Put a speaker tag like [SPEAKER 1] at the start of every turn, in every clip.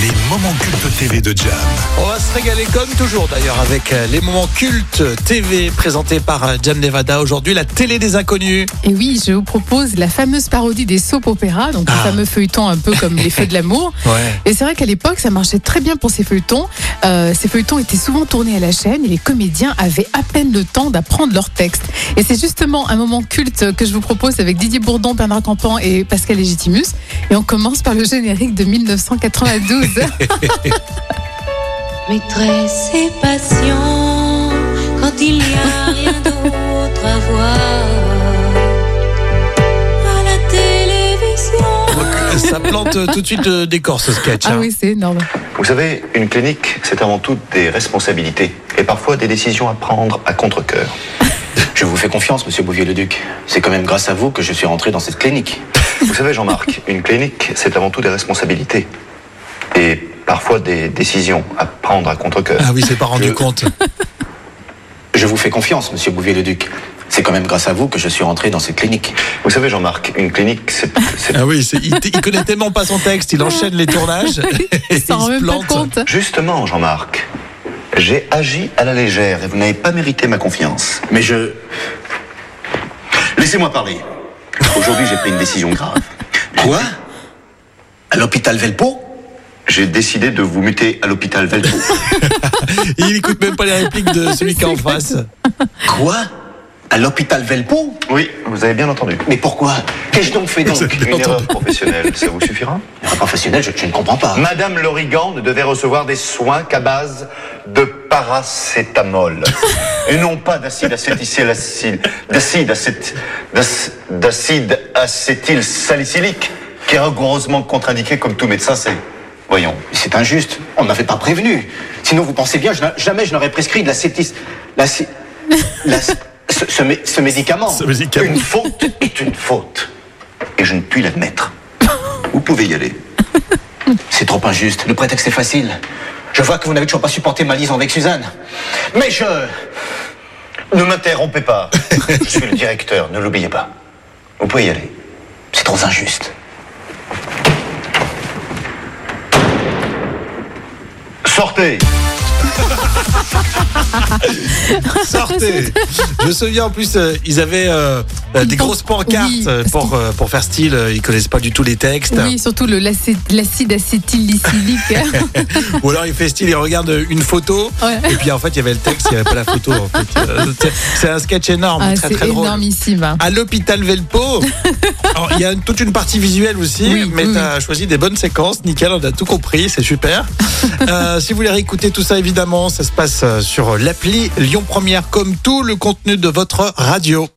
[SPEAKER 1] Les moments cultes TV de Jam.
[SPEAKER 2] On va se régaler comme toujours d'ailleurs avec euh, les moments cultes TV présentés par euh, Jam Nevada aujourd'hui, la télé des inconnus.
[SPEAKER 3] Et oui, je vous propose la fameuse parodie des soap opéra, donc
[SPEAKER 2] Ah.
[SPEAKER 3] le fameux feuilleton un peu comme les feux de l'amour.
[SPEAKER 2] Ouais.
[SPEAKER 3] Et c'est vrai qu'à l'époque, ça marchait très bien pour ces feuilletons. Euh, ces feuilletons étaient souvent tournés à la chaîne et les comédiens avaient à peine le temps d'apprendre leur texte. Et c'est justement un moment culte que je vous propose avec Didier Bourdon, Bernard Campan et Pascal Légitimus. Et on commence par le générique de 1992.
[SPEAKER 4] Maîtresse et patient, quand il n'y a rien d'autre à voir. À la télévision.
[SPEAKER 2] Donc, ça plante euh, tout de suite euh, des corps ce sketch.
[SPEAKER 3] ah
[SPEAKER 2] hein.
[SPEAKER 3] oui, c'est énorme.
[SPEAKER 5] Vous savez, une clinique, c'est avant tout des responsabilités et parfois des décisions à prendre à contre-cœur.
[SPEAKER 6] Je vous fais confiance, monsieur Bouvier-le-Duc. C'est quand même grâce à vous que je suis rentré dans cette clinique.
[SPEAKER 5] Vous savez, Jean-Marc, une clinique, c'est avant tout des responsabilités et parfois des décisions à prendre à contre-cœur.
[SPEAKER 2] Ah oui, c'est pas rendu
[SPEAKER 6] Je-
[SPEAKER 2] compte.
[SPEAKER 6] Je vous fais confiance, monsieur Bouvier-le-Duc. C'est quand même grâce à vous que je suis rentré dans cette clinique.
[SPEAKER 5] Vous savez, Jean-Marc, une clinique, c'est c'est
[SPEAKER 2] Ah oui, c'est- il, il connaît tellement pas son texte, il enchaîne les tournages. et
[SPEAKER 3] Ils s'en rendent
[SPEAKER 2] se
[SPEAKER 3] même pas
[SPEAKER 2] plante.
[SPEAKER 3] compte.
[SPEAKER 5] justement, Jean-Marc. J'ai agi à la légère et vous n'avez pas mérité ma confiance.
[SPEAKER 6] Mais je.
[SPEAKER 5] Laissez-moi parler. Aujourd'hui, j'ai pris une décision grave.
[SPEAKER 6] Quoi À l'hôpital Velpo
[SPEAKER 5] J'ai décidé de vous muter à l'hôpital Velpo.
[SPEAKER 2] Il écoute même pas les répliques de celui qui est en face.
[SPEAKER 6] Quoi À l'hôpital Velpo
[SPEAKER 5] Oui, vous avez bien entendu.
[SPEAKER 6] Mais pourquoi Qu'ai-je donc fait donc
[SPEAKER 5] Une erreur professionnelle, ça vous suffira
[SPEAKER 6] Un professionnel, je, je ne comprends pas.
[SPEAKER 5] Madame Lorigan ne devait recevoir des soins qu'à base de paracétamol. Et non pas d'acide acétylsalicylique, d'acide acét- d'ac- d'acide acétylsalicylique, qui est rigoureusement contre-indiqué comme tout médecin sait. Voyons.
[SPEAKER 6] C'est injuste. On ne m'avait pas prévenu. Sinon, vous pensez bien, je n'a- jamais je n'aurais prescrit de la cétis. La, cé- la- ce, ce mé- ce médicament.
[SPEAKER 2] Ce médicament.
[SPEAKER 5] Une faute est une faute. Et je ne puis l'admettre. Vous pouvez y aller.
[SPEAKER 6] C'est trop injuste. Le prétexte est facile. Je vois que vous n'avez toujours pas supporté ma liaison avec Suzanne. Mais je.
[SPEAKER 5] Ne m'interrompez pas. Je suis le directeur, ne l'oubliez pas. Vous pouvez y aller.
[SPEAKER 6] C'est trop injuste.
[SPEAKER 5] Sortez
[SPEAKER 2] Sortez Je me souviens en plus, euh, ils avaient euh, euh, des
[SPEAKER 3] Ils pensent-
[SPEAKER 2] grosses pancartes
[SPEAKER 3] oui,
[SPEAKER 2] euh,
[SPEAKER 3] parce
[SPEAKER 2] pour, euh, pour faire style, euh, ils connaissent pas du tout les textes.
[SPEAKER 3] Oui, surtout le lacé- l'acide acétyllycylique.
[SPEAKER 2] Ou alors il fait style, il regarde une photo,
[SPEAKER 3] Ouais.
[SPEAKER 2] et puis en fait il y avait le texte, il n'y avait pas la photo. En fait. Euh, c'est- C'est un sketch énorme,
[SPEAKER 3] Ah,
[SPEAKER 2] très
[SPEAKER 3] c'est
[SPEAKER 2] très drôle.
[SPEAKER 3] énormissime.
[SPEAKER 2] À l'hôpital Velpo, alors, il y a une- toute une partie visuelle aussi,
[SPEAKER 3] Oui,
[SPEAKER 2] mais
[SPEAKER 3] oui,
[SPEAKER 2] tu as choisi des bonnes séquences, nickel, on a tout compris, c'est super. Euh, si vous voulez réécouter tout ça, évidemment, ça se passe euh, sur l'appli Lyon Première, comme tout le contenu de votre radio.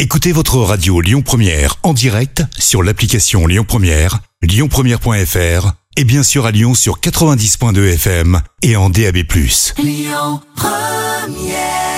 [SPEAKER 1] Écoutez votre radio Lyon Première en direct sur l'application Lyon Première, lyonpremière.fr et bien sûr à Lyon sur 90.2 FM et en DAB+.
[SPEAKER 4] Lyon première.